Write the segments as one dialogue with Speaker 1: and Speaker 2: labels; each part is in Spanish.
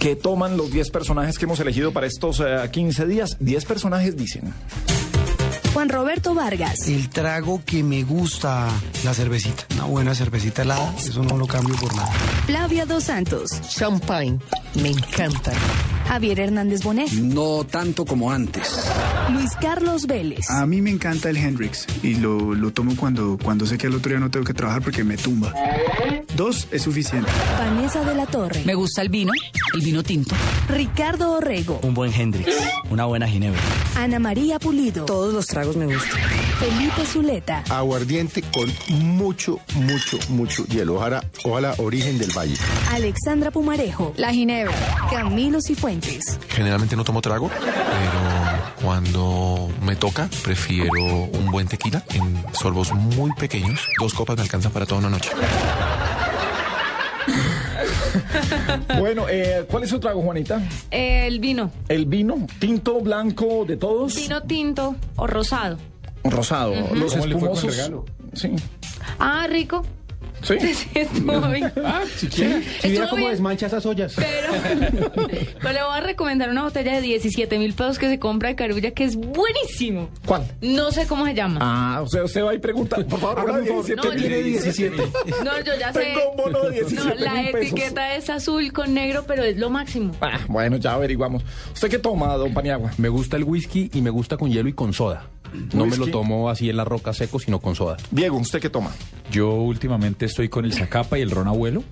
Speaker 1: que toman los 10 personajes que hemos elegido para estos eh, 15 días. 10 personajes dicen.
Speaker 2: Juan Roberto Vargas,
Speaker 3: El trago que me gusta, la cervecita. Una buena cervecita helada, eso no lo cambio por nada.
Speaker 2: Flavia Dos Santos,
Speaker 4: Champagne, me encanta.
Speaker 2: Javier Hernández Bonet,
Speaker 5: No tanto como antes. Ah.
Speaker 2: Luis Carlos Vélez,
Speaker 6: A mí me encanta el Hendrix y lo, lo tomo cuando, cuando sé que al otro día no tengo que trabajar porque me tumba. Dos es suficiente.
Speaker 2: Vanessa de la Torre,
Speaker 4: Me gusta el vino, el vino tinto.
Speaker 2: Ricardo Orrego,
Speaker 7: Oh.
Speaker 8: Un buen Hendrix, una buena Ginebra.
Speaker 2: Ana María Pulido,
Speaker 4: Todos los tragos me gustan.
Speaker 2: Felipe Zuleta,
Speaker 9: Aguardiente con mucho, mucho, mucho hielo. Ojalá, ojalá origen del valle.
Speaker 2: Alexandra Pumarejo, La Ginebra, Camilo Cifuentes,
Speaker 7: Generalmente no tomo trago, pero cuando me toca, prefiero un buen tequila en sorbos muy pequeños. Dos copas me alcanzan para toda una noche.
Speaker 1: Bueno, eh, ¿cuál es su trago, Juanita?
Speaker 10: El vino,
Speaker 1: El vino, tinto, blanco, de todos.
Speaker 10: vino tinto o rosado.
Speaker 1: Rosado. Los
Speaker 9: ¿Cómo le fue con el
Speaker 1: espumosos.
Speaker 9: regalo?
Speaker 1: Sí.
Speaker 10: Ah, rico.
Speaker 1: Sí.
Speaker 10: Estuvo bien.
Speaker 9: Si
Speaker 10: Si viera Estuvo cómo bien.
Speaker 9: desmancha esas ollas.
Speaker 10: Pero, pero le voy a recomendar una botella de 17 mil pesos que se compra de Carulla, que es buenísimo.
Speaker 1: ¿Cuál?
Speaker 10: No sé cómo se llama.
Speaker 1: Ah, o sea, usted va y pregunta, por favor,
Speaker 9: Hágame
Speaker 1: una
Speaker 9: un favor,
Speaker 1: 17
Speaker 10: no,
Speaker 1: mil.
Speaker 10: tiene
Speaker 9: 17.
Speaker 10: No, yo ya sé.
Speaker 1: Tengo un bono de 17
Speaker 10: No, la
Speaker 1: mil pesos.
Speaker 10: etiqueta
Speaker 4: pues,
Speaker 10: es azul con negro, pero es lo máximo.
Speaker 1: Ah, bueno, ya averiguamos. ¿Usted qué toma, don Paniagua?
Speaker 8: Me gusta el whisky y me gusta con hielo y con soda. No me lo
Speaker 1: Whisky.
Speaker 8: tomo así en la roca seco, sino con soda.
Speaker 1: Diego, ¿usted qué toma?
Speaker 7: Yo últimamente estoy con el zacapa y el ron abuelo.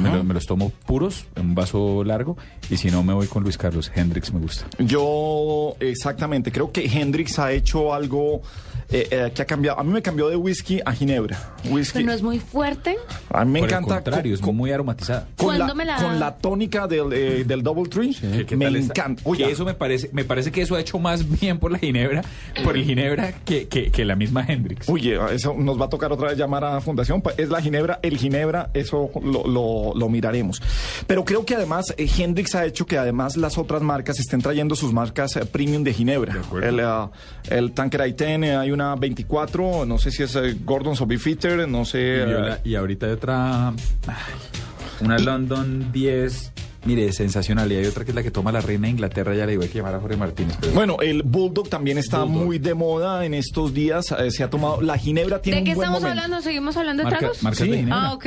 Speaker 7: Me, lo- me los tomo puros, en un vaso largo. Y si no, me voy con Luis Carlos. Hendrix me gusta.
Speaker 1: Yo, exactamente, creo que Hendrix ha hecho algo eh, eh, que ha cambiado. A mí me cambió de whisky a Ginebra. Whisky.
Speaker 10: Pero Pues no es muy fuerte.
Speaker 1: A mí me
Speaker 7: Por
Speaker 1: encanta.
Speaker 7: el contrario, es muy aromatizada.
Speaker 1: con, la,
Speaker 10: ¿Cuándo me la-
Speaker 1: con la tónica del, eh, del Double Tree, me encanta. Oiga,
Speaker 7: Que eso me parece, me parece que eso ha hecho más bien por la Ginebra, por el Ginebra, que, que, que la misma Hendrix.
Speaker 1: Uy, eh, eso nos va a tocar otra vez llamar a Fundación. pa- Es la Ginebra, el Ginebra, eso lo, lo- lo miraremos. Pero creo que además eh, Hendrix ha hecho que además las otras marcas estén trayendo sus marcas eh, premium de Ginebra. el, ah, el Tanqueray 10, eh, hay una 24, no sé si es eh, Gordon's o Beefeater, no sé.
Speaker 7: Y,
Speaker 1: eh,
Speaker 7: ahora- y ahorita hay otra. ay, Una London 10. Mire, sensacional. Y hay otra que es la que toma la reina de Inglaterra. Ya le digo, hay que llamar a Jorge Martínez. pero-
Speaker 1: Bueno, el Bulldog también está muy de moda en estos días. eh, se ha tomado. La Ginebra tiene
Speaker 10: ¿De qué
Speaker 1: un buen
Speaker 10: estamos
Speaker 1: momento.
Speaker 10: hablando? ¿Seguimos hablando de
Speaker 7: Marca-
Speaker 10: tragos?
Speaker 7: marcas de
Speaker 1: Sí.
Speaker 7: Ginebra.
Speaker 10: Ah, ok.